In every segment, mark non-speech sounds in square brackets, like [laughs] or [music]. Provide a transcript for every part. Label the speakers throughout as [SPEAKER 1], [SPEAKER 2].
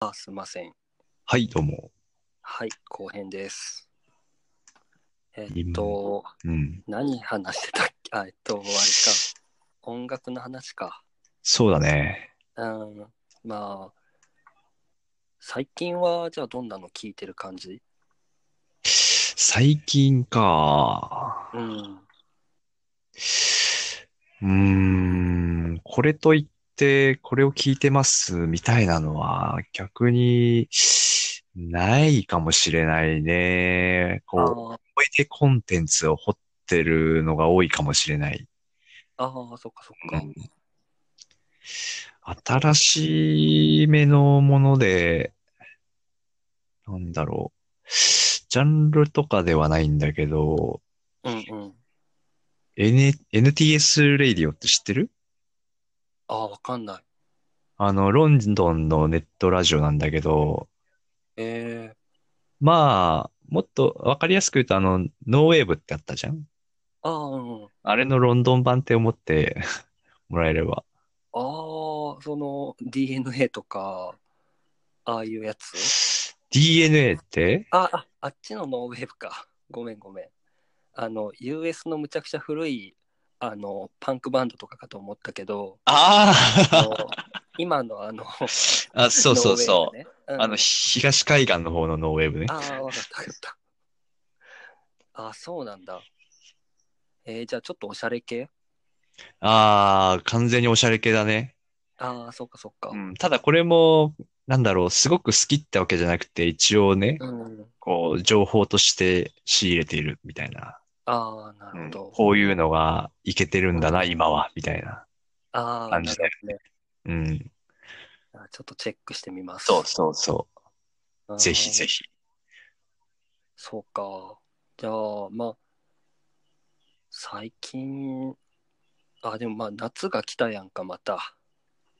[SPEAKER 1] あ、すいません。
[SPEAKER 2] はい、どうも。
[SPEAKER 1] はい、後編です。え
[SPEAKER 2] 今
[SPEAKER 1] っと、
[SPEAKER 2] うん。
[SPEAKER 1] 何話してたっけあ、えっと、あれか。音楽の話か。
[SPEAKER 2] そうだね。
[SPEAKER 1] うん。まあ、最近は、じゃあどんなの聞いてる感じ
[SPEAKER 2] 最近か。
[SPEAKER 1] うん。
[SPEAKER 2] うーん。これといって、これを聞いてますみたいなのは、逆に、ないかもしれないね。こう、思
[SPEAKER 1] あ
[SPEAKER 2] い出コンテンツを掘ってるのが多いかもしれない。
[SPEAKER 1] あ、ああそっかそっか。
[SPEAKER 2] 新しめのもので、なんだろう。ジャンルとかではないんだけど、
[SPEAKER 1] うんうん。
[SPEAKER 2] N、NTS レイディオって知ってる
[SPEAKER 1] ああ、わかんない。
[SPEAKER 2] あの、ロンドンのネットラジオなんだけど、
[SPEAKER 1] えー、
[SPEAKER 2] まあ、もっとわかりやすく言うと、あの、ノーウェーブってあったじゃん
[SPEAKER 1] ああ、うんうん。
[SPEAKER 2] あれのロンドン版って思って [laughs] もらえれば。
[SPEAKER 1] ああ、その DNA とか、ああいうやつ
[SPEAKER 2] DNA って
[SPEAKER 1] あ、あ、あっちのノーウェーブか。ごめんごめん。あの、US のむちゃくちゃ古い、あの、パンクバンドとかかと思ったけど、
[SPEAKER 2] あ
[SPEAKER 1] あ
[SPEAKER 2] [laughs]
[SPEAKER 1] の今のあの、
[SPEAKER 2] あ、そうそうそう。
[SPEAKER 1] ノーウェーブねうん
[SPEAKER 2] あの、東海岸の方のノーウェーブね。
[SPEAKER 1] ああ、わかったわかった。あ、そうなんだ。えーじゃあちょっとおしゃれ系
[SPEAKER 2] ああ、完全にオシャレ系だね。
[SPEAKER 1] ああ、そっかそっか。
[SPEAKER 2] うん、ただこれも、なんだろう、すごく好きってわけじゃなくて、一応ね、
[SPEAKER 1] うん。
[SPEAKER 2] こう、情報として仕入れているみたいな。
[SPEAKER 1] ああ、な
[SPEAKER 2] う
[SPEAKER 1] るほ
[SPEAKER 2] ん
[SPEAKER 1] ど。
[SPEAKER 2] こういうのがいけてるんだな、今は、みたいな。
[SPEAKER 1] ああ、
[SPEAKER 2] 感
[SPEAKER 1] な
[SPEAKER 2] じ
[SPEAKER 1] る
[SPEAKER 2] だよ
[SPEAKER 1] ほどね。
[SPEAKER 2] うん。
[SPEAKER 1] あちょっとチェックしてみます。
[SPEAKER 2] そうそ
[SPEAKER 1] うん
[SPEAKER 2] ぜひぜひ。
[SPEAKER 1] そうか。じゃあ、まあ、最近、あ、でもまあ、夏が来たやんか、また。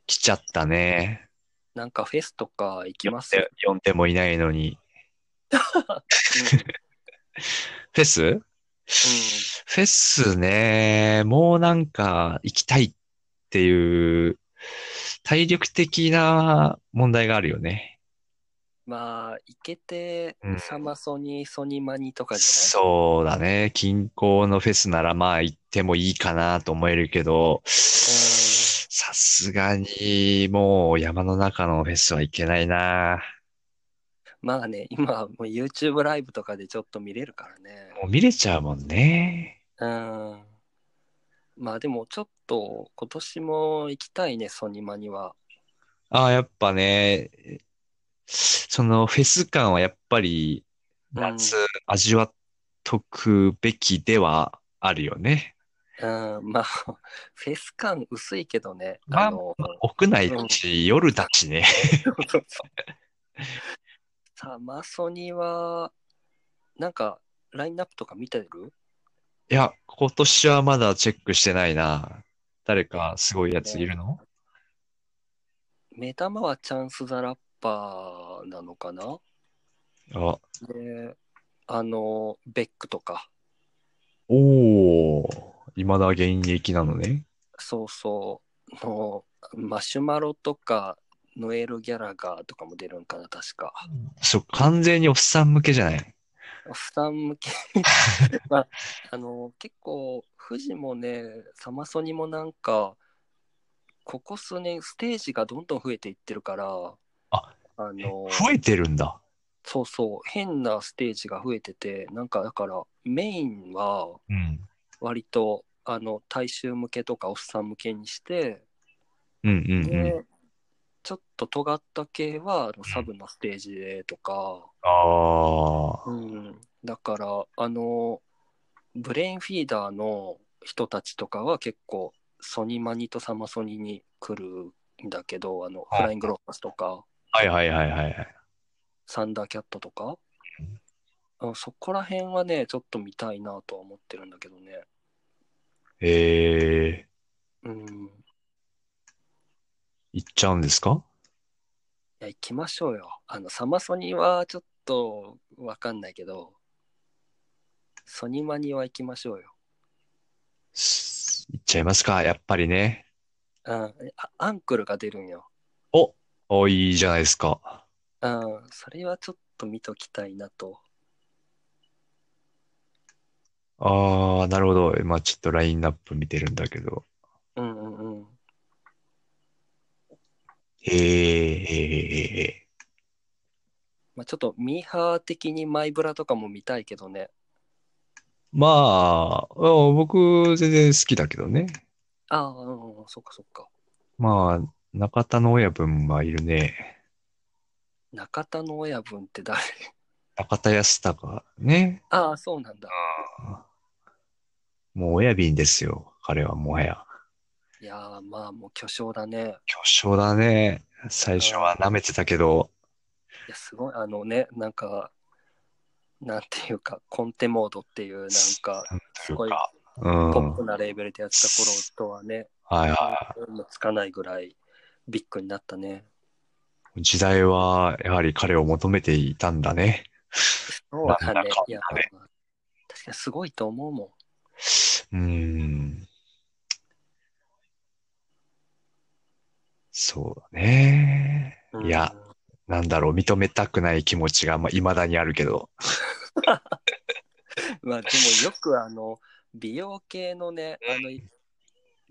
[SPEAKER 2] 来ちゃったね。
[SPEAKER 1] なんかフェスとか行き
[SPEAKER 2] 呼ん
[SPEAKER 1] ます
[SPEAKER 2] で、呼んでもいないのに。フェスフェスね、もうなんか行きたいっていう、体力的な問題があるよね。
[SPEAKER 1] うん、まあ、行けて
[SPEAKER 2] う、ん
[SPEAKER 1] サマソニ、ソニマニとかじゃ
[SPEAKER 2] そうだね。近郊のフェスならまあ行ってもいいかなと思えるけど、さすがにもう山の中のフェスはいけないな。
[SPEAKER 1] ないまあね、今はもう YouTube ライブとかでちょっと見れるからね。
[SPEAKER 2] もう見れちゃうもんね。
[SPEAKER 1] うん。まあでもちょっと今年も行きたいね、ソニマニは。
[SPEAKER 2] ああ、やっぱね、そのフェス感はやっぱり夏味わっとくべきではあるよね。
[SPEAKER 1] うん、まあ、 [laughs] フェス感薄いけどね。
[SPEAKER 2] まあ
[SPEAKER 1] あの、
[SPEAKER 2] 屋内だし、夜だしね。
[SPEAKER 1] サマソニは、なんか、ラインナップとか見てる
[SPEAKER 2] いや、今年はまだチェックしてないな。誰かすごいやついるの
[SPEAKER 1] 目玉はチャンス・ザ・ラッパーなのかな
[SPEAKER 2] あ、
[SPEAKER 1] で、あの、ベックとか、
[SPEAKER 2] おー、未だ現役なのね。
[SPEAKER 1] そうそう、の、マシュマロとか、ノエル・ギャラガーとかも出るんかな、確か。
[SPEAKER 2] そう、完全におっさん向けじゃない。
[SPEAKER 1] 負担向け、 [laughs] まあ、あの結構富士もねサマソニもなんかここ数年ステージがどんどん増えていってるから
[SPEAKER 2] あ
[SPEAKER 1] あの
[SPEAKER 2] 増えてるんだ。
[SPEAKER 1] そうそう変なステージが増えててなんかだからメインは
[SPEAKER 2] うん。
[SPEAKER 1] 割とあの大衆向けとかおっさん向けにして
[SPEAKER 2] うんうん
[SPEAKER 1] で、
[SPEAKER 2] うん。
[SPEAKER 1] ちょっと尖った系はあのサブのステージでとか。
[SPEAKER 2] ああ。
[SPEAKER 1] うん、だからあのブレインフィーダーの人たちとかは結構ソニマニとサマソニに来るんだけどあの
[SPEAKER 2] あ
[SPEAKER 1] フライングローパスとか
[SPEAKER 2] はいはいはいはいはい。
[SPEAKER 1] サンダーキャットとかあのそこら辺はねちょっと見たいなとは思ってるんだけどね
[SPEAKER 2] ええ
[SPEAKER 1] うんい
[SPEAKER 2] 行っちゃうんですか
[SPEAKER 1] や行きましょうよあのサマソニはちょっとわかんないけどソニマニは行きましょうよ
[SPEAKER 2] す行っちゃいますかやっぱりね。
[SPEAKER 1] うんあアンクルが出るんよ
[SPEAKER 2] おおいいじゃないですか。
[SPEAKER 1] うん、それはちょっと見ときたいなと。
[SPEAKER 2] ああ、なるほど。今ちょっとラインナップ見てるんだけど。
[SPEAKER 1] うんうんうん。
[SPEAKER 2] へえ、へえ、へえ。
[SPEAKER 1] まあ、ちょっとミーハー的にマイブラとかも見たいけどね。
[SPEAKER 2] まあ、うん僕全然好きだけどね。
[SPEAKER 1] ああ、うんうん、そっかそっか。
[SPEAKER 2] まあ、中田の親分はいるね。
[SPEAKER 1] 中田の親分って誰 [laughs]
[SPEAKER 2] 中田康隆ね。
[SPEAKER 1] ああ、そうなんだ。
[SPEAKER 2] もう親便ですよ。彼はもはや。
[SPEAKER 1] いやー、まあもう巨匠だね。
[SPEAKER 2] 巨匠だね。最初は舐めてたけど。
[SPEAKER 1] いや、すごい、あのね、なんか、なんていうか、コンテモードっていう、なんか、
[SPEAKER 2] なんと
[SPEAKER 1] す
[SPEAKER 2] いう
[SPEAKER 1] ごい
[SPEAKER 2] か。う
[SPEAKER 1] ポ
[SPEAKER 2] ん。
[SPEAKER 1] ップなレーベルでやってた頃とはね、
[SPEAKER 2] はいは
[SPEAKER 1] もうつかないぐらいビッグになったね。
[SPEAKER 2] い。時代は、やはり彼を求めていたんだね。
[SPEAKER 1] そう
[SPEAKER 2] だね
[SPEAKER 1] だね。いや
[SPEAKER 2] なんかね、
[SPEAKER 1] 確かにすごいと思うもん。
[SPEAKER 2] うーん。そうだね。
[SPEAKER 1] うん
[SPEAKER 2] いや、なんだろう、認めたくない気持ちが、まあ、未だにあるけど。
[SPEAKER 1] まあでもよくあの美容系のねあの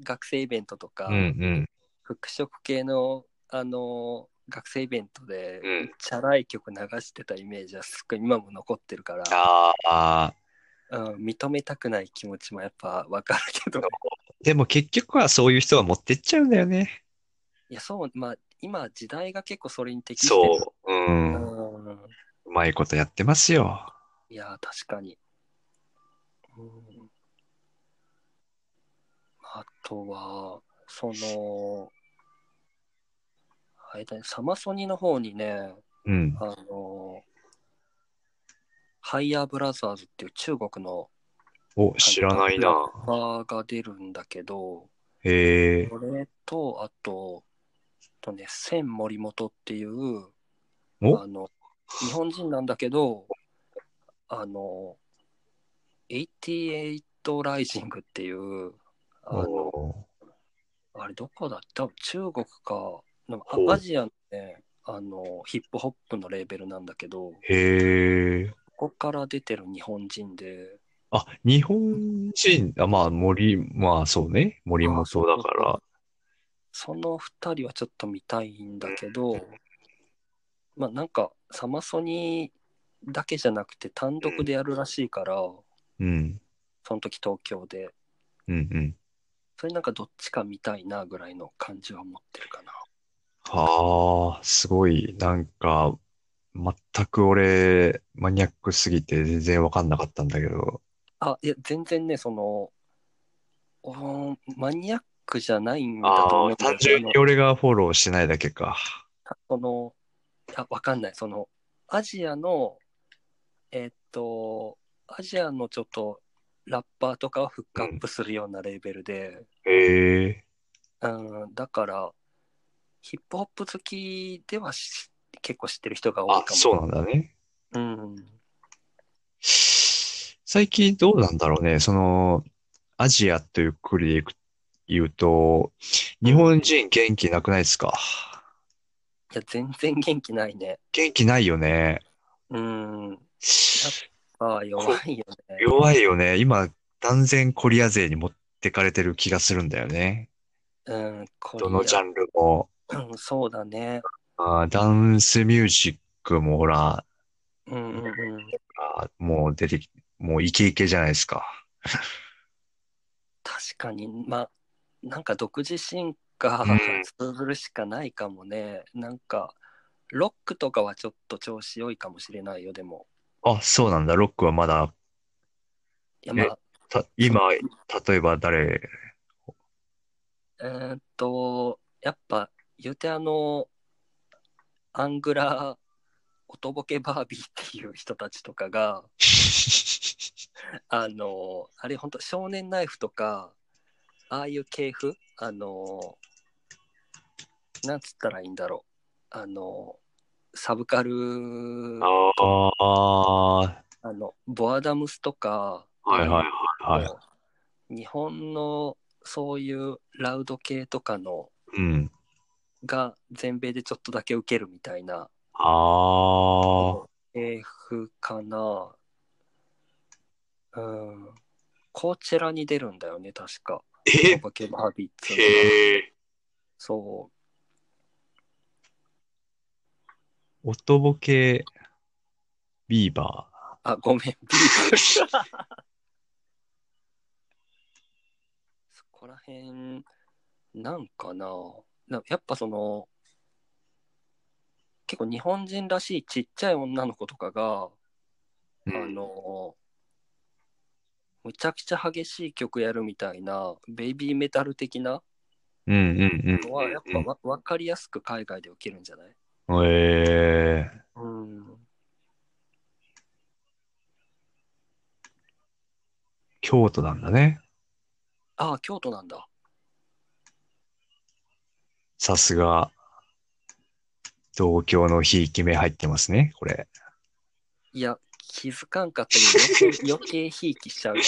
[SPEAKER 1] 学生イベントとか、
[SPEAKER 2] うん
[SPEAKER 1] 服飾系のあの学生イベントで、
[SPEAKER 2] うん
[SPEAKER 1] チャラい曲流してたイメージはすっごい今も残ってるから、
[SPEAKER 2] ああ。
[SPEAKER 1] うん、認めたくない気持ちもやっぱわかるけど
[SPEAKER 2] でも結局はそういう人は持ってっちゃうんだよね。
[SPEAKER 1] いやそうまあ今時代が結構それに適してる
[SPEAKER 2] そう。うん。う
[SPEAKER 1] うん、
[SPEAKER 2] まいことやってますよ。
[SPEAKER 1] いや確かに、うん、あとはそのあれだねサマソニの方にね
[SPEAKER 2] うん。
[SPEAKER 1] あのハイヤーブラザーズっていう中国の
[SPEAKER 2] お、知らないな。
[SPEAKER 1] バーが出るんだけど、
[SPEAKER 2] へえ。
[SPEAKER 1] これと、あと、あとね、千森本っていう、
[SPEAKER 2] お
[SPEAKER 1] あの、日本人なんだけど、あの、88ライジングっていう、あの、
[SPEAKER 2] お
[SPEAKER 1] あれどこだ多分中国か、でも
[SPEAKER 2] ほう
[SPEAKER 1] あアジアのね、あの、ヒップホップのレーベルなんだけど、
[SPEAKER 2] へえ。
[SPEAKER 1] ここから出てる日本人で、
[SPEAKER 2] あ、日本人、あ、まあ森、まあそうね。森
[SPEAKER 1] あそう
[SPEAKER 2] 本だから。
[SPEAKER 1] その2人はちょっと見たいんだけど、まあなんかサマソニだけじゃなくて単独でやるらしいから、
[SPEAKER 2] うん。
[SPEAKER 1] その時東京で、
[SPEAKER 2] うんうん。
[SPEAKER 1] それなんかどっちか見たいなぐらいの感じは持ってるかな。
[SPEAKER 2] はあ、すごい。なんか、全く俺、マニアックすぎて全然わかんなかったんだけど。
[SPEAKER 1] あ、いや全然ね、その、おーマニアックじゃないんだと思うんだ
[SPEAKER 2] 単
[SPEAKER 1] け
[SPEAKER 2] 純
[SPEAKER 1] ど
[SPEAKER 2] に俺がフォローしてないだけか。
[SPEAKER 1] その、いや、わかんない。その、アジアの、えっと、アジアのちょっと、ラッパーとかはフックアップするようなレーベルで、
[SPEAKER 2] へえ。
[SPEAKER 1] うん、だから、ヒップホップ好きではし結構知ってる人が多い
[SPEAKER 2] あ、
[SPEAKER 1] かも。
[SPEAKER 2] そうなんだね。
[SPEAKER 1] うん。
[SPEAKER 2] 最近どうなんだろうね。その、アジアというくくりでいく言うと、日本人元気なくないですか
[SPEAKER 1] いや、全然元気ないね。
[SPEAKER 2] 元気ないよね。
[SPEAKER 1] うん。ああ、弱いよね。
[SPEAKER 2] 弱いよね。今、断然コリア勢に持ってかれてる気がするんだよね。
[SPEAKER 1] うん、これ
[SPEAKER 2] どのジャンルも。
[SPEAKER 1] うんそうだね。
[SPEAKER 2] あーダンスミュージックもほら、
[SPEAKER 1] うんうんうん。
[SPEAKER 2] あーもう出てき、もうイケイケじゃないですか。
[SPEAKER 1] 確かに、まあ、なんか独自進化
[SPEAKER 2] うん
[SPEAKER 1] 通ずるしかないかもね。なんか、ロックとかはちょっと調子良いかもしれないよ、でも。
[SPEAKER 2] あ、そうなんだ。ロックはまだ、
[SPEAKER 1] いや、まあ、
[SPEAKER 2] た今、例えば誰
[SPEAKER 1] えーっと、やっぱ、言うてあの、アングラ、おとぼけバービーっていう人たちとかが、あの、あれ、本当少年ナイフとか、ああいう系譜あの、なんつったらいいんだろう。あの、サブカル、
[SPEAKER 2] ああー、
[SPEAKER 1] あの、ボアダムスとか、
[SPEAKER 2] はいはいはいはい。
[SPEAKER 1] もう日本のそういうラウド系とかの
[SPEAKER 2] うん。
[SPEAKER 1] が全米でちょっとだけ受けるみたいな
[SPEAKER 2] ああ。
[SPEAKER 1] 政府かな。うん。こちらに出るんだよね、確か。
[SPEAKER 2] え
[SPEAKER 1] お化けバービーっていうのが
[SPEAKER 2] へえ。
[SPEAKER 1] そ
[SPEAKER 2] 音ボケ、ビーバー。
[SPEAKER 1] う。あ、ごめん、ビーバー。そこら辺、なんかな。なやっぱその、結構日本人らしいちっちゃい女の子とかが、
[SPEAKER 2] う
[SPEAKER 1] あ
[SPEAKER 2] ん
[SPEAKER 1] の、むちゃくちゃ激しい曲やるみたいな、ベイビーメタル的な
[SPEAKER 2] うんうん
[SPEAKER 1] のは、やっぱわ分かりやすく海外で受けるんじゃない
[SPEAKER 2] うん。ええ。
[SPEAKER 1] うん。
[SPEAKER 2] 京都なんだね。
[SPEAKER 1] ああ、京都なんだ。
[SPEAKER 2] さすが、東京のひいき目入ってますね、これ。
[SPEAKER 1] いや、気づかんかったけど、余計余
[SPEAKER 2] [laughs]
[SPEAKER 1] 計ひいきしちゃうよね。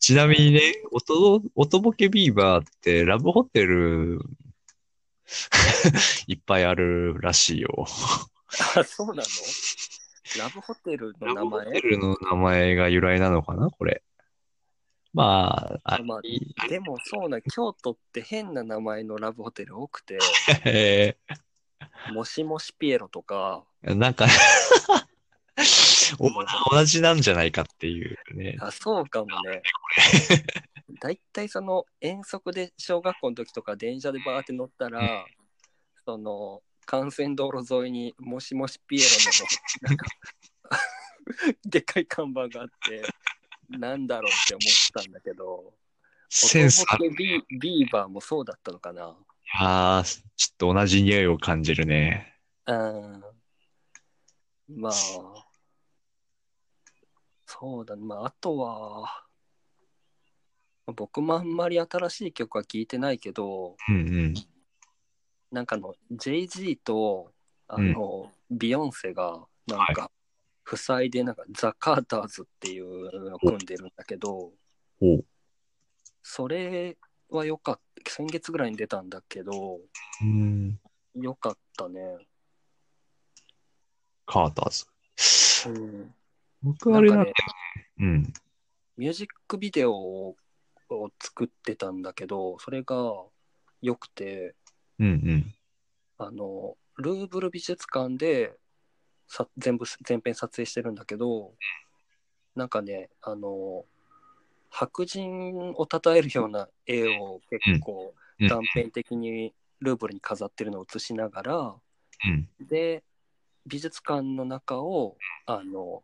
[SPEAKER 2] ちなみにね、音、音ボケビーバーってラブホテルいっぱいあるらしいよ。
[SPEAKER 1] あ、そうなのラブホテルの
[SPEAKER 2] ラ
[SPEAKER 1] 名
[SPEAKER 2] ブホ
[SPEAKER 1] 前
[SPEAKER 2] テルの名前が由来なのかな、これ。まあ、あ
[SPEAKER 1] まあ
[SPEAKER 2] り、
[SPEAKER 1] でもそうな、京都って変な名前のラブホテル多く
[SPEAKER 2] [laughs]
[SPEAKER 1] て、
[SPEAKER 2] え
[SPEAKER 1] もしもしピエロとか、
[SPEAKER 2] ーな
[SPEAKER 1] [laughs]
[SPEAKER 2] んかお同じなんじゃないかっていうね。
[SPEAKER 1] あ、そうかもね。
[SPEAKER 2] [laughs]
[SPEAKER 1] だいたいその遠足で小学校の時とか電車でバーって乗ったら、
[SPEAKER 2] うん
[SPEAKER 1] その幹線道路沿いにもしもしピエロのなんか [laughs] でっかい看板があって、なんだろうって思ってたんだけど、
[SPEAKER 2] センスある。
[SPEAKER 1] 男系ビービーバーもそうだったのかな。
[SPEAKER 2] ああ、ちょっと同じ匂いを感じるね。
[SPEAKER 1] うん。まあ、そうだね。まあ、あとは、僕もあんまり新しい曲は聴いてないけど、
[SPEAKER 2] うんうん。
[SPEAKER 1] なんかあの、JG と、あの、ビヨンセが、なんか、夫妻で、なんか、ザ・カーターズっていうのを組んでるんだけど、
[SPEAKER 2] おう
[SPEAKER 1] それは良かった。先月ぐらいに出たんだけど、
[SPEAKER 2] うん。
[SPEAKER 1] 良かったね。
[SPEAKER 2] カーターズ。
[SPEAKER 1] うん。
[SPEAKER 2] 僕あれなんだ
[SPEAKER 1] なんかね
[SPEAKER 2] よね。うん。
[SPEAKER 1] ミュージックビデオをを作ってたんだけど、それが良くて、
[SPEAKER 2] うんうん。
[SPEAKER 1] あの、ルーブル美術館でさ全部、全編撮影してるんだけど、なんかね、あの、白人を称えるような絵を結構
[SPEAKER 2] うんうん
[SPEAKER 1] 断片的にルーブルに飾ってるのを映しながら、
[SPEAKER 2] うん。
[SPEAKER 1] で美術館の中をあの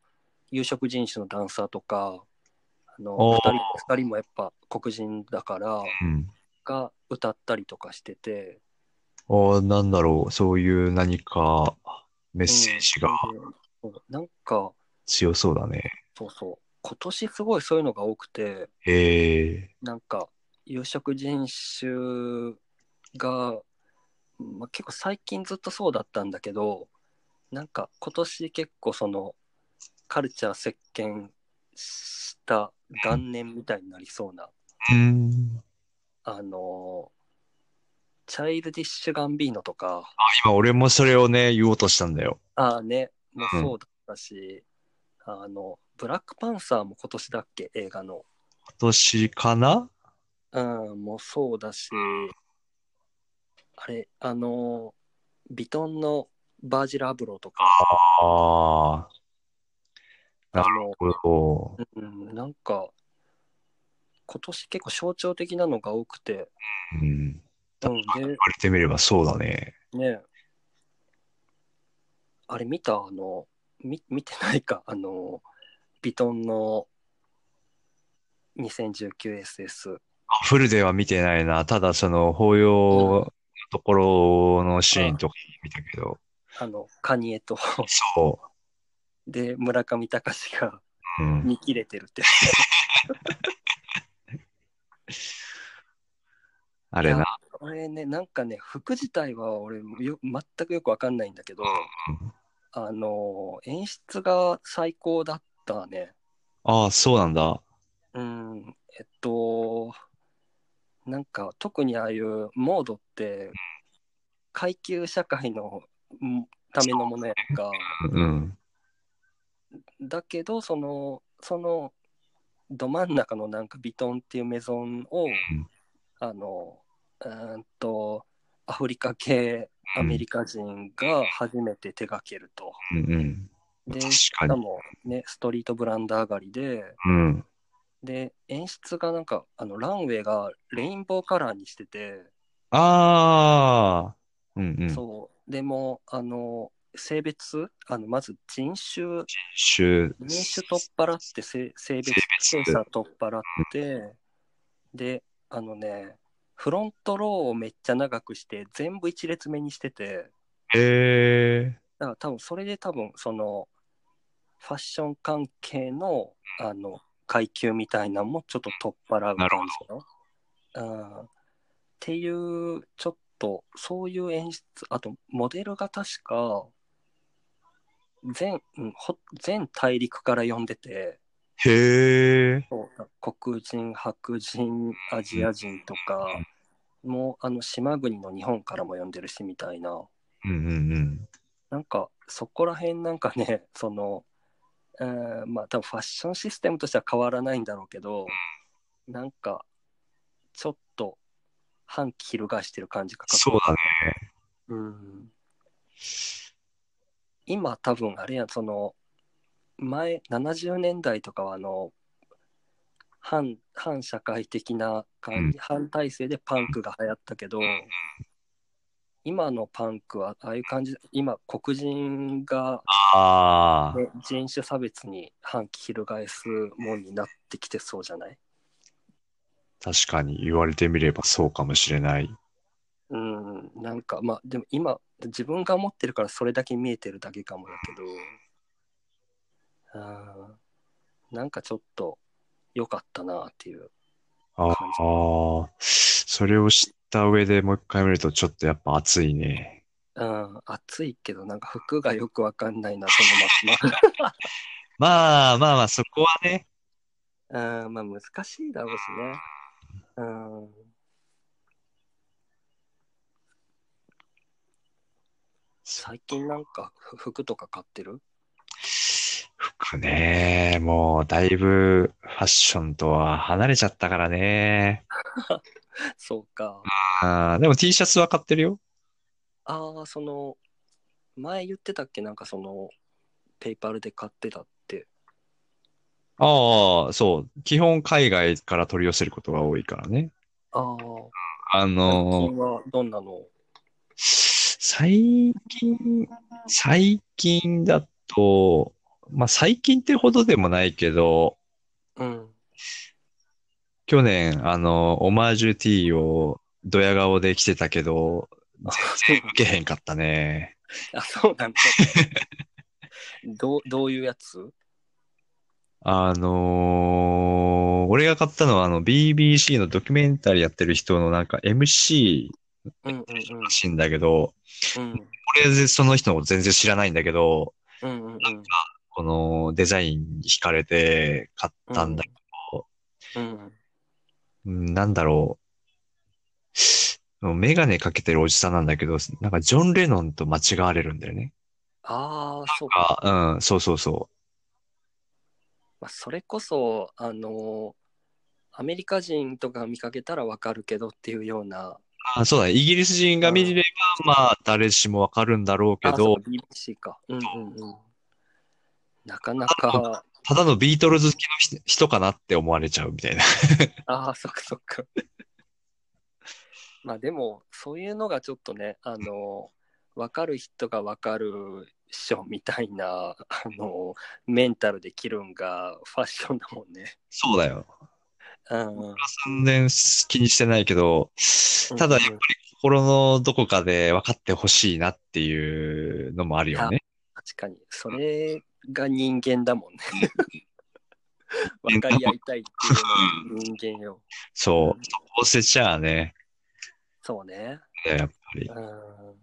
[SPEAKER 1] 有色人種のダンサーとかあの
[SPEAKER 2] おー
[SPEAKER 1] 2人二人もやっぱ黒人だから
[SPEAKER 2] うん。
[SPEAKER 1] が歌ったりとかしてて
[SPEAKER 2] ああ、なんだろう。そういう何かメ
[SPEAKER 1] メ
[SPEAKER 2] ッセージが
[SPEAKER 1] なんか
[SPEAKER 2] 強そうだね。
[SPEAKER 1] そうそう今年すごいそういうのが多くて
[SPEAKER 2] へえ。
[SPEAKER 1] なんか有色人種が、まあ、結構最近ずっとそうだったんだけどなんか今年結構そのカルチャー席巻した元年みたいになりそうな、
[SPEAKER 2] うん。
[SPEAKER 1] あのチャイルディッシュ・ガンビーノとか
[SPEAKER 2] あ、今俺もそれをね、言おうとしたんだよ。
[SPEAKER 1] ああねも
[SPEAKER 2] うん
[SPEAKER 1] そうだったし、あのブラックパンサーも今年だっけ映画の
[SPEAKER 2] 今年かな
[SPEAKER 1] うん、もうそうだし、あれ、あのー、ヴィトンのバージル・アブローとか、
[SPEAKER 2] ああ、
[SPEAKER 1] あ
[SPEAKER 2] なる
[SPEAKER 1] の、
[SPEAKER 2] こう。
[SPEAKER 1] うん、なんか、今年結構象徴的なのが多くて、
[SPEAKER 2] うん。言
[SPEAKER 1] うんで、
[SPEAKER 2] われてみればそうだね。
[SPEAKER 1] ね、あれ見たあの、み見てないか、あの、ヴィトンの 2019SS。
[SPEAKER 2] あフルでは見てないな。ただその法要のところのシーンとか見たけど。
[SPEAKER 1] あの、カニエと、
[SPEAKER 2] そ
[SPEAKER 1] で、村上隆が
[SPEAKER 2] う。うん。
[SPEAKER 1] 見切れてるって。
[SPEAKER 2] あれ
[SPEAKER 1] いや
[SPEAKER 2] な。
[SPEAKER 1] 俺ね、なんかね、服自体は俺よ、全くよくわかんないんだけど、あのー、演出が最高だったね。
[SPEAKER 2] ああ、そうなんだ。
[SPEAKER 1] うん、えっと、なんか特にああいうモードって、階級社会のうんためのものやんか。
[SPEAKER 2] うん。
[SPEAKER 1] だけど、その、その、ど真ん中のなんかビトンっていうメゾンを、あの、うーんと、アフリカ系アメリカ人が初めて手掛けると。
[SPEAKER 2] うんうん。
[SPEAKER 1] で、
[SPEAKER 2] 確
[SPEAKER 1] し
[SPEAKER 2] か
[SPEAKER 1] か
[SPEAKER 2] に。
[SPEAKER 1] もね、ストリートブランド上がりで、
[SPEAKER 2] うん。
[SPEAKER 1] で、演出がなんか、あの、ランウェイがレインボーカラーにしてて、
[SPEAKER 2] ああ。うんうん。
[SPEAKER 1] そう、でも、あの、性別、あの、まず人種、人種取
[SPEAKER 2] 種、
[SPEAKER 1] っ払って、性性別
[SPEAKER 2] 性
[SPEAKER 1] 操
[SPEAKER 2] 別。
[SPEAKER 1] 作取っ払って、で、あのね、フロントローをめっちゃ長くして、全部一列目にしてて、
[SPEAKER 2] へえ。
[SPEAKER 1] だから多分それで多分その、ファッション関係の、あの、階級みたいなのもちょっと取っ払う感じの。うんっていう、ちょっと、そういう演出、あと、モデルが確か、全、うんほ全大陸から呼んでて、
[SPEAKER 2] へえ。
[SPEAKER 1] そう黒人、白人、アジア人とか、もうあの島国の日本からも呼んでるしみたいな、
[SPEAKER 2] うんうんうん。
[SPEAKER 1] なんかそこら辺なんかね、 [laughs] その、えーまあ多分ファッションシステムとしては変わらないんだろうけど、なんかちょっと反旗翻してる感じがかっこ
[SPEAKER 2] そうだね。
[SPEAKER 1] うん今多分あれやんその前70年代とかはあの反反社会的な感じ、反体制でパンクが流行ったけど、今のパンクはああいう感じ今黒人が、
[SPEAKER 2] ああ。
[SPEAKER 1] ね、人種差別に反旗翻すもんになってきてそうじゃない
[SPEAKER 2] 確かに言われてみればそうかもしれない。
[SPEAKER 1] うんなんかまあでも今自分が持ってるからそれだけ見えてるだけかもだけどあーなんかちょっと良かったなっていう
[SPEAKER 2] ああ。それを知った上でもう一回見るとちょっとやっぱ熱いね。
[SPEAKER 1] うん暑いけどなんか服がよくわかんないなそのま
[SPEAKER 2] まあまあまあ、そこはね。
[SPEAKER 1] ま [laughs] うんまあ難しいだろうしねうん最近なんかふ服とか買ってる [laughs]
[SPEAKER 2] 服ね、もうだいぶファッションとは離れちゃったからね。
[SPEAKER 1] そうか
[SPEAKER 2] あーでも T シャツは買ってるよ。
[SPEAKER 1] ああ、その、前言ってたっけなんかその、ペイパルで買ってたって。
[SPEAKER 2] ああ、そう。基本海外から取り寄せることが多いからね。
[SPEAKER 1] ああ、
[SPEAKER 2] あ
[SPEAKER 1] 最
[SPEAKER 2] の
[SPEAKER 1] 近はどんなの
[SPEAKER 2] 最近、最近だと、まあ最近ってほどでもないけど、
[SPEAKER 1] うん。
[SPEAKER 2] 去年、あの、オマージュ T をドヤ顔で着てたけど、全然受けへんかったね。
[SPEAKER 1] あ、そう
[SPEAKER 2] [laughs]
[SPEAKER 1] なんだ。どう、どういうやつ
[SPEAKER 2] あのー俺が買ったのはあの BBC のドキュメンタリーやってる人のなんか MC
[SPEAKER 1] うんうん
[SPEAKER 2] らしいんだけど、
[SPEAKER 1] うん。うん
[SPEAKER 2] 俺その人のこと全然知らないんだけど、
[SPEAKER 1] うんうん
[SPEAKER 2] このデザインに惹かれて買ったんだけど、
[SPEAKER 1] うん。うん。
[SPEAKER 2] うんなんだろう。メガネかけてるおじさんなんだけど、なんかジョン・レノンと間違われるんだよね。
[SPEAKER 1] ああ、そうか。
[SPEAKER 2] あ、うん、そうそうそ
[SPEAKER 1] まあ、それこそ、あの、アメリカ人とか見かけたらわかるけどっていうような、
[SPEAKER 2] う。あ、そうだね。イギリス人が見れば、まあ、誰しもわかるんだろうけ
[SPEAKER 1] あ、そう
[SPEAKER 2] ど
[SPEAKER 1] か、、BBC か。うんうんうん。なかなか、
[SPEAKER 2] ただのビートルズ好きの人人かなって思われちゃうみたいな。
[SPEAKER 1] ああ、そっかそっか。まあでも、そういうのがちょっとね、あの、分かる人が分かるっしょみたいな、あの、メンタルで着るんがファッションだもんね。
[SPEAKER 2] そうだよ。
[SPEAKER 1] うん。
[SPEAKER 2] 全然気にしてないけど、ただやっぱり心のどこかで分かってほしいなっていうのもあるよね。
[SPEAKER 1] 確かに、それが人間だもん
[SPEAKER 2] [laughs]
[SPEAKER 1] ね。分かり合いたいっていうのが人間よ。
[SPEAKER 2] そうう。
[SPEAKER 1] ん
[SPEAKER 2] こうせちゃあね、
[SPEAKER 1] そうね。
[SPEAKER 2] やっぱり。
[SPEAKER 1] うん。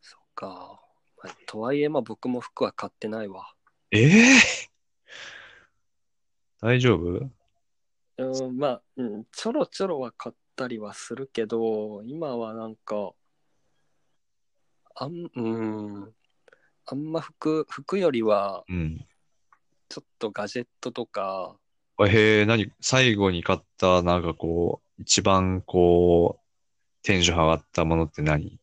[SPEAKER 1] そっか。まあとはいえ、まあ僕も服は買ってないわ。
[SPEAKER 2] ええ大丈夫
[SPEAKER 1] うん、まあ、うん、ちょろちょろは買ったりはするけど、今はなんか、あん、うん。あんま服、服よりは、
[SPEAKER 2] うん。
[SPEAKER 1] ちょっとガジェットとか、
[SPEAKER 2] へえ、何、最後に買った、なんかこう、一番こう、テンション上がったものって何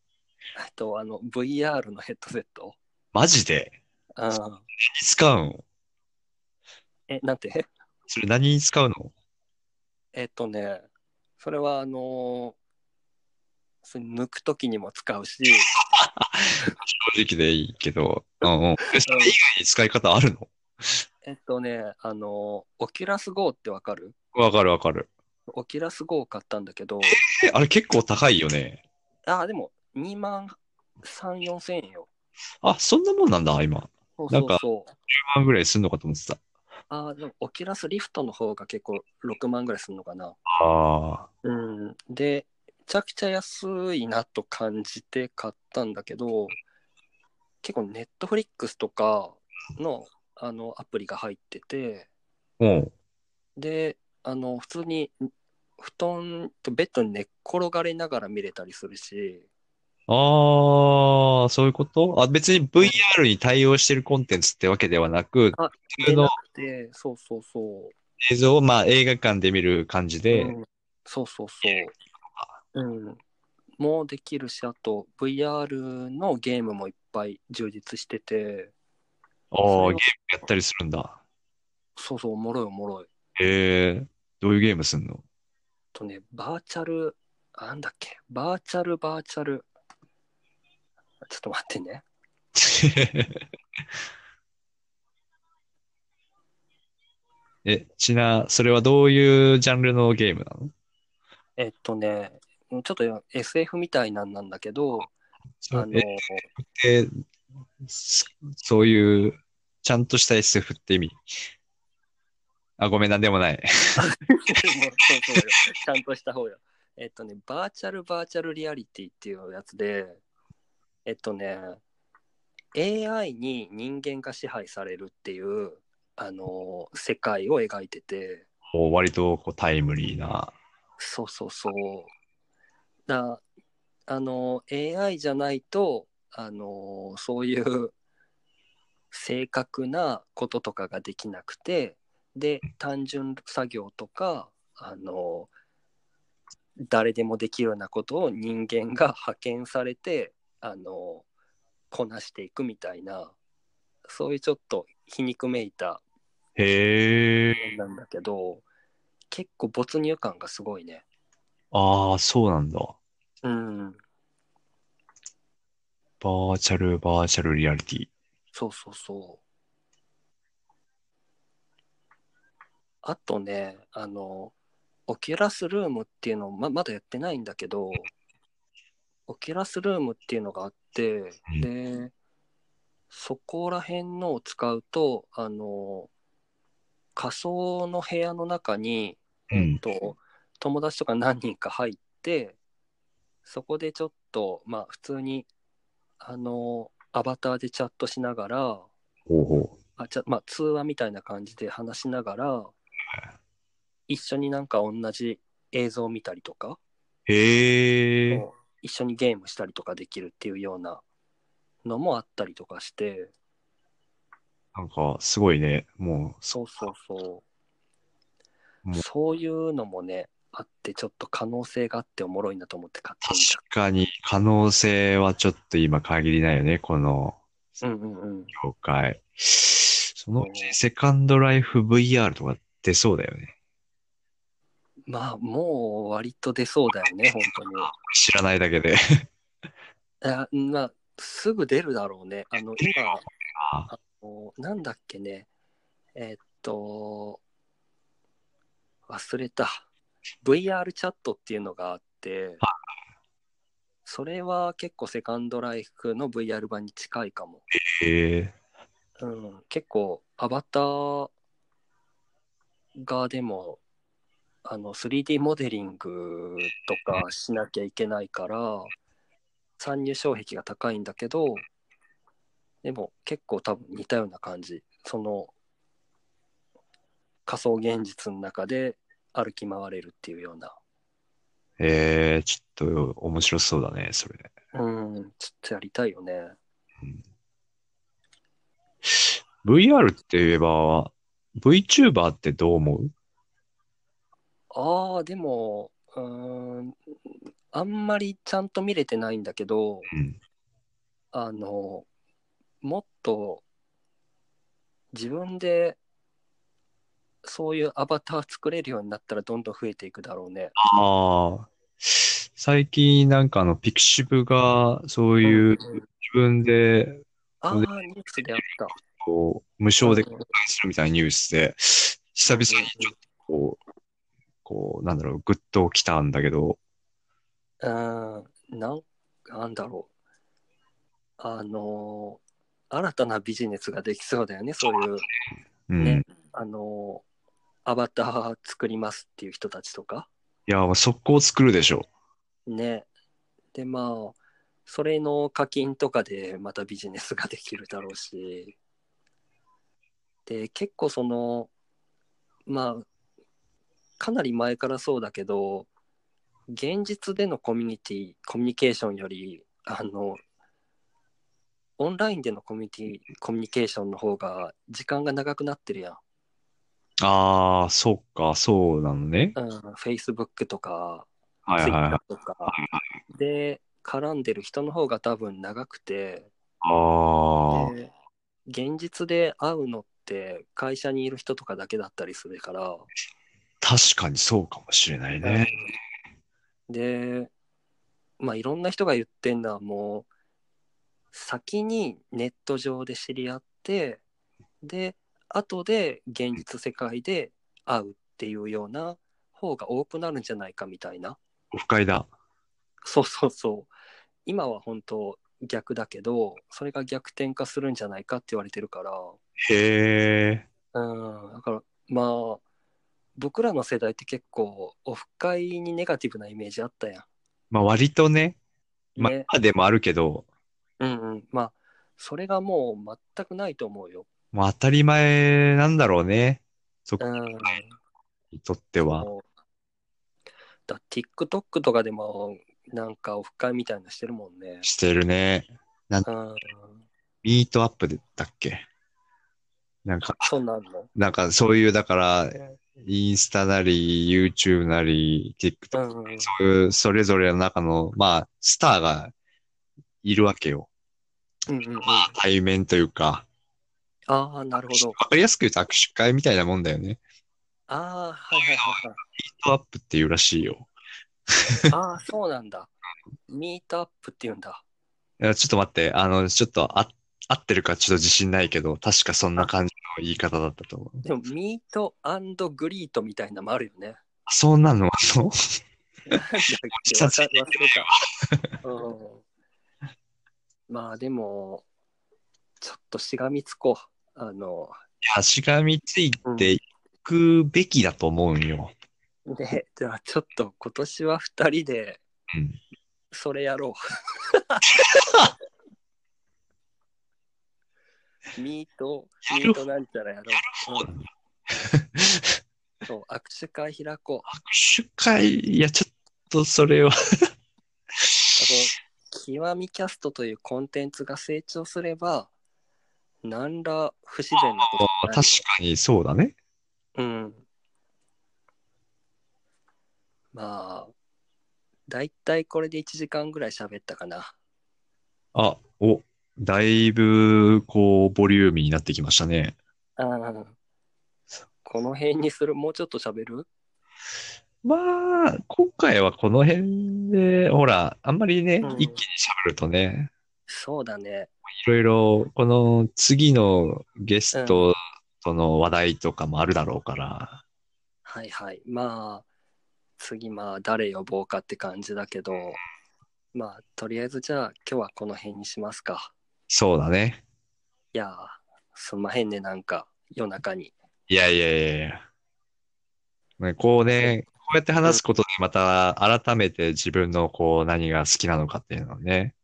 [SPEAKER 1] あと、あの、VR のヘッドセット。
[SPEAKER 2] マジで
[SPEAKER 1] ああ。
[SPEAKER 2] 何に使うの
[SPEAKER 1] え、なんて
[SPEAKER 2] それ何に使うの
[SPEAKER 1] えっとね、それは、あのーそれ抜くときにも使うし、
[SPEAKER 2] 正直でいいけど。うん [laughs] うん。えそれ以外に使い方あるの
[SPEAKER 1] えっとね、あのーオキュラス GO ってわかる
[SPEAKER 2] わかるわかる。
[SPEAKER 1] オキュラス GO を買ったんだけど、
[SPEAKER 2] え、あれ結構高いよね。
[SPEAKER 1] ああ、でも、2万3、4千円よ。
[SPEAKER 2] あ、そんなもんなんだ、今。10
[SPEAKER 1] そう
[SPEAKER 2] な
[SPEAKER 1] そ
[SPEAKER 2] ん
[SPEAKER 1] う
[SPEAKER 2] か
[SPEAKER 1] そう。
[SPEAKER 2] 万ぐらいすんのかと思ってた。
[SPEAKER 1] ああ、でも、オキュラスリフトの方が結構6万ぐらいするのかな。
[SPEAKER 2] ああ。
[SPEAKER 1] うん。で、めちゃくちゃ安いなと感じて買ったんだけど、結構ネットフリックスとかの、あのアプリが入ってて、
[SPEAKER 2] うん。
[SPEAKER 1] で、あの、普通に布団とベッドに寝っ転がりながら見れたりするし、
[SPEAKER 2] ああ、そういうことあ、別に VR に対応してるコンテンツってわけではなく、
[SPEAKER 1] あ
[SPEAKER 2] 普通
[SPEAKER 1] で
[SPEAKER 2] の
[SPEAKER 1] なくて、そうそうそう。
[SPEAKER 2] 映像を、まあ、映画館で見る感じで、
[SPEAKER 1] うん、そうそうそう。うん。もうできるし、あと VR のゲームもいっぱい充実してて、
[SPEAKER 2] ああ、
[SPEAKER 1] それは
[SPEAKER 2] ゲームやったりするんだ。
[SPEAKER 1] そうそう、おもろいおもろい。
[SPEAKER 2] へえ、どういうゲームすんの [laughs]
[SPEAKER 1] とね、バーチャル、あなんだっけ、バーチャルバーチャル。ちょっと待ってね。
[SPEAKER 2] え、ちな、それはどういうジャンルのゲームなの
[SPEAKER 1] えっとね、ちょっと SF みたいなんなんだけど、あの、
[SPEAKER 2] ええそそういう、ちゃんとした SF って意味。あ、ごめん、なんでもない。
[SPEAKER 1] そうそうよ。ちゃんとした方よ。えっとね、バーチャルバーチャルリアリティっていうやつで、えっとね、AI に人間が支配されるっていう、あの世界を描いてて、
[SPEAKER 2] こう割とこうタイムリーな。
[SPEAKER 1] そうそうそう。だあの AI じゃないと、あのそういう正確なこととかができなくて、で、単純作業とか、あの誰でもできるようなことを人間が派遣されて、あのこなしていくみたいな、そういうちょっと皮肉めいた
[SPEAKER 2] へえ。
[SPEAKER 1] なんだけど、結構没入感がすごいね。
[SPEAKER 2] ああ、そうなんだ。
[SPEAKER 1] うん。
[SPEAKER 2] バーチャル、バーチャルリアリティ。
[SPEAKER 1] そうそうそう。あとね、あの、オキュラスルームっていうのま、まだやってないんだけど、オキュラスルームっていうのがあって、で、そこら辺のを使うと、あの、仮想の部屋の中に、
[SPEAKER 2] うん。
[SPEAKER 1] と友達とか何人か入ってそこでちょっとまあ普通にあのアバターでチャットしながら
[SPEAKER 2] ほうほ
[SPEAKER 1] あちゃ、まあ、通話みたいな感じで話しながら一緒になんか同じ映像を見たりとか
[SPEAKER 2] う。へえ。
[SPEAKER 1] 一緒にゲームしたりとかできるっていうようなのもあったりとかして
[SPEAKER 2] なんか、すごいね。もう、そ
[SPEAKER 1] そうそうそう
[SPEAKER 2] もう
[SPEAKER 1] そういうのもねあってちょっと可能性があっておもろいなと思って買ってみ
[SPEAKER 2] 確かに可能性はちょっと今限りないよね。この
[SPEAKER 1] た。うんうんうん
[SPEAKER 2] 業界。そのうちセカンドライフ VR とか出そうだよね。
[SPEAKER 1] まあ、もう割と出そうだよね、本
[SPEAKER 2] 知らないだけで。
[SPEAKER 1] 当に。あまあ、すぐ出るだろうね。あの、今、
[SPEAKER 2] あ
[SPEAKER 1] あのなんだっけね。えっと、忘れた。VR チャットっていうのがあって、それは結構セカンドライフの VR 版に近いかも。
[SPEAKER 2] へえ。
[SPEAKER 1] うん、結構アバターがでもあの 3D モデリングとかしなきゃいけないから参入障壁が高いんだけどでも結構多分似たような感じその仮想現実の中で歩き回れるっていうような
[SPEAKER 2] えー、ちょっと面白そうだね、それ。
[SPEAKER 1] うんうん、ちょっとやりたいよね。
[SPEAKER 2] VR って言えば、VTuber ってどう思う
[SPEAKER 1] ああ、でも、うーん、あんまりちゃんと見れてないんだけど、
[SPEAKER 2] うん。
[SPEAKER 1] あの、もっと自分でそういうアバター作れるようになったらどんどん増えていくだろうね。
[SPEAKER 2] ああ。最近なんかあの、ピクシブが、そういう自
[SPEAKER 1] ん
[SPEAKER 2] 分で、
[SPEAKER 1] ああ、ニュースであった。
[SPEAKER 2] こう、無償で公開するみたいなニュースで、久々にちょっとこう、こう、なんだろう、グッと来たんだけど、
[SPEAKER 1] うん、なん、なんだろう。あのー新たなビジネスができそうだよね、そういう、
[SPEAKER 2] うん。
[SPEAKER 1] ねあのーアバター作りますっていう人たちとか。
[SPEAKER 2] いや、速攻作るでしょ。
[SPEAKER 1] ね。で、まあ、それの課金とかでまたビジネスができるだろうし。で、結構その、まあ、かなり前からそうだけど、現実でのコミュニティ、コミュニケーションより、あの、オンラインでのコミュニティ、コミュニケーションの方が時間が長くなってるやん。
[SPEAKER 2] ああ、そっか、そうなのね。
[SPEAKER 1] うん、Facebook とか、
[SPEAKER 2] はい
[SPEAKER 1] ツイ
[SPEAKER 2] はい
[SPEAKER 1] ッ
[SPEAKER 2] は
[SPEAKER 1] ター。と
[SPEAKER 2] い
[SPEAKER 1] かで絡んでる人の方が多分長くて、
[SPEAKER 2] ああ、
[SPEAKER 1] で現実で会うのって会社にいる人とかだけだったりするから、
[SPEAKER 2] 確かにそうかもしれないね。
[SPEAKER 1] で、まあいろんな人が言ってんのはもう先にネット上で知り合って、で、後で現実世界で会うっていうような方が多くなるんじゃないかみたいな。
[SPEAKER 2] オフ会だ。
[SPEAKER 1] そうそうそう。今は本当逆だけど、それが逆転化するんじゃないかって言われてるから、
[SPEAKER 2] へえ。
[SPEAKER 1] うん、だからまあ、僕らの世代って結構オフ会にネガティブなイメージあったや
[SPEAKER 2] まあ割とね、
[SPEAKER 1] ん。
[SPEAKER 2] まあ
[SPEAKER 1] ね。
[SPEAKER 2] 今でもあるけど、
[SPEAKER 1] うんうん。まあ、それがもう全くないと思うよ。
[SPEAKER 2] まあ当たり前なんだろうね。そこ
[SPEAKER 1] うん。
[SPEAKER 2] にとっては。
[SPEAKER 1] そうだ TikTok とかでもなんかオフ会みたいなしてるもんね。
[SPEAKER 2] してるね。
[SPEAKER 1] うん。
[SPEAKER 2] ミートアップでだっけなんか、
[SPEAKER 1] そうなんの
[SPEAKER 2] なんかそういう、だから、インスタなり、YouTube なり、
[SPEAKER 1] う
[SPEAKER 2] TikTok
[SPEAKER 1] んうん。
[SPEAKER 2] そういうそれぞれの中の、まあ、スターがいるわけよ。
[SPEAKER 1] うんうんうん。
[SPEAKER 2] 対面というか、
[SPEAKER 1] ああ、なるほど。
[SPEAKER 2] わかりやすく言うと握手会みたいなもんだよね。
[SPEAKER 1] ああ、はいはいはいはい。
[SPEAKER 2] ミートアップっていうらしいよ。
[SPEAKER 1] ああ、そうなんだ。ミートアップって言うんだ。
[SPEAKER 2] いやちょっと待って、あの、ちょっとあ合ってるかちょっと自信ないけど、確かそんな感じの言い方だったと思う。
[SPEAKER 1] でも、ミートグリートみたいなのもあるよね。
[SPEAKER 2] そんなのあんの
[SPEAKER 1] 忘れた。うん、まあ、でも、ちょっとしがみつこう。あの、
[SPEAKER 2] 足がみついていくべきだと思うんよ。
[SPEAKER 1] [laughs] で、じゃあちょっと今年は二人で
[SPEAKER 2] うん、
[SPEAKER 1] それやろ
[SPEAKER 2] [laughs]
[SPEAKER 1] う。ミート、ミートなんちゃらやろう。うんそう、握手会開こう。
[SPEAKER 2] 握手会、いや、ちょっとそれは、
[SPEAKER 1] あの、極みキャストというコンテンツが成長すれば、何ら不自然なことはない
[SPEAKER 2] 確かにそうだね。
[SPEAKER 1] うん。まあ、だいたいこれで1時間ぐらい喋ったかな。
[SPEAKER 2] あ、お、だいぶ、こう、ボリューミーになってきましたね。
[SPEAKER 1] うん。この辺にする、もうちょっと喋る
[SPEAKER 2] まあ、今回はこの辺で、ほら、あんまりね、
[SPEAKER 1] うん
[SPEAKER 2] 一気に喋るとね、
[SPEAKER 1] そうだね。
[SPEAKER 2] いろいろ、この次のゲストとの話題とかもあるだろうから、
[SPEAKER 1] はいはい。まあ、次、まあ、誰呼ぼうかって感じだけど、まあ、とりあえずじゃあ、今日はこの辺にしますか。
[SPEAKER 2] そうだね。
[SPEAKER 1] いやー、すんまへんね、なんか、夜中に。
[SPEAKER 2] いやいやいやいや。ねこうね、こうやって話すことでまた改めて自分のこう何が好きなのかっていうのをね、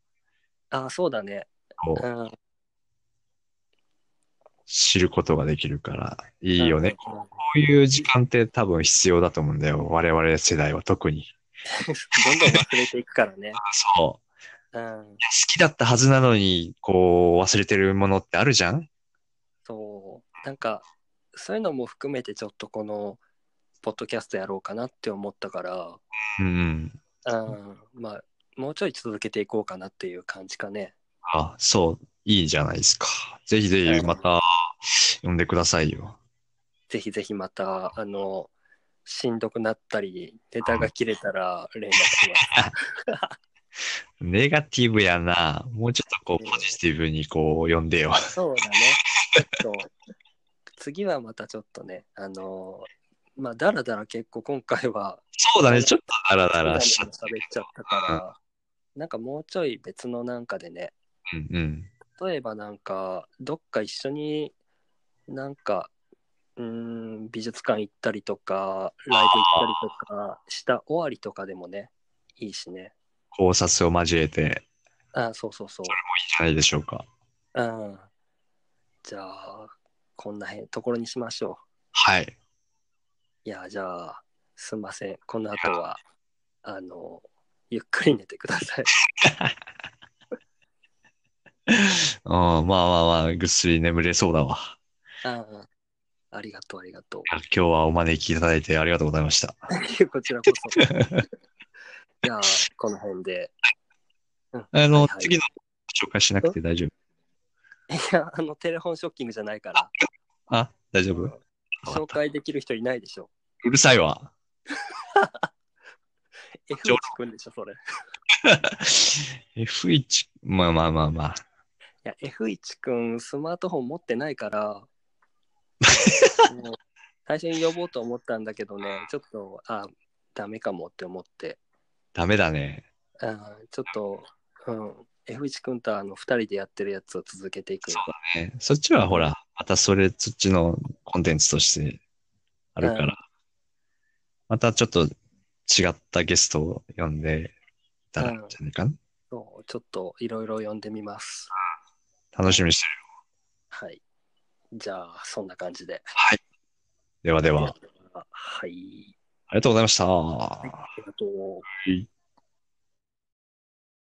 [SPEAKER 1] ああ、そうだね。
[SPEAKER 2] こう
[SPEAKER 1] うん。
[SPEAKER 2] 知ることができるからいいよね。
[SPEAKER 1] うん。どん
[SPEAKER 2] こういう時間って多分必要だと思うんだよ。我々世代は特に。
[SPEAKER 1] どん忘れていくからね。
[SPEAKER 2] そ
[SPEAKER 1] うん。
[SPEAKER 2] きだったはずなのに、こう、忘れてるものってあるじゃん
[SPEAKER 1] そう。なんか、そういうのも含めてちょっとこの、ポッドキャストやろうかなって思ったから、
[SPEAKER 2] うんうん。
[SPEAKER 1] うん。まあ、もうちょい続けていこうかなっていう感じかね。
[SPEAKER 2] あ、そう、いいじゃないですか。ぜひぜひまた、呼んでくださいよ。
[SPEAKER 1] ぜひぜひまた、あの、しんどくなったり、ネタが切れたら連絡します。
[SPEAKER 2] ネガティブやな。もうちょっとこう、ポジティブにこう、呼んでよ。 [laughs]
[SPEAKER 1] そうだね。ちょっと次はまたちょっとね、あのーまあ、だらだら結構今回は、
[SPEAKER 2] そうだね、ちょっとダラ
[SPEAKER 1] 普
[SPEAKER 2] ダ
[SPEAKER 1] 段
[SPEAKER 2] ラ
[SPEAKER 1] で
[SPEAKER 2] しちゃ
[SPEAKER 1] 喋
[SPEAKER 2] っ
[SPEAKER 1] っちゃったから、なんかもうちょい別のなんかでね、
[SPEAKER 2] た。うんうん。
[SPEAKER 1] 例えばなんか、どっか一緒になんか、うーん、美術館行ったりとか、ライブ行ったりとかした終わりとかでもね、いいしね。
[SPEAKER 2] 考察を交えて、いいんじ
[SPEAKER 1] あ、そうそうそう。
[SPEAKER 2] ゃないでしょうか。
[SPEAKER 1] うん。じゃあ、こんなへんところにしましょう。
[SPEAKER 2] はい。
[SPEAKER 1] いや、じゃあ、すんません。この後は、あの、ゆっくり寝てください。 [laughs]
[SPEAKER 2] うん、まあまあまあ、ぐっすり眠れそうだわ。
[SPEAKER 1] ああありがとう、あり [laughs] がと
[SPEAKER 2] 今日はお招きいただいてありがとうござい
[SPEAKER 1] [laughs]
[SPEAKER 2] ました。
[SPEAKER 1] う。こちらこそ。じゃあ、この辺で。
[SPEAKER 2] あ
[SPEAKER 1] は
[SPEAKER 2] の
[SPEAKER 1] い、はい
[SPEAKER 2] 次の紹介しなくて大丈夫。
[SPEAKER 1] いや、あの、テレフォンショッキングじゃないから、
[SPEAKER 2] あ、大丈夫う
[SPEAKER 1] 紹介できる人いないでしょ。
[SPEAKER 2] るさいわ。
[SPEAKER 1] F 内くんでしょ、それ。い
[SPEAKER 2] F1、まあまあまあまあ。
[SPEAKER 1] や、F1 くん、スマートフォン持ってないから、もう最初に呼ぼうと思ったんだけどね、ちょっと、あ、ダメかもって思って。
[SPEAKER 2] ダメだね。
[SPEAKER 1] あーちょっと、うん、F1 君とあの2人でやってるやつを続けていく。
[SPEAKER 2] ねそっちはほら、またそれ、そっちのコンテンツとしてあるから、
[SPEAKER 1] うん
[SPEAKER 2] またちょっと違ったゲストを呼んでたらいいんじゃないかな。
[SPEAKER 1] そうちょっといろいろ読んでみます。
[SPEAKER 2] 楽しみにしてる。
[SPEAKER 1] はい。じゃあ、そんな感じで。
[SPEAKER 2] ではでは、あり
[SPEAKER 1] はい。
[SPEAKER 2] がとうございました。
[SPEAKER 1] ありがとう。
[SPEAKER 2] い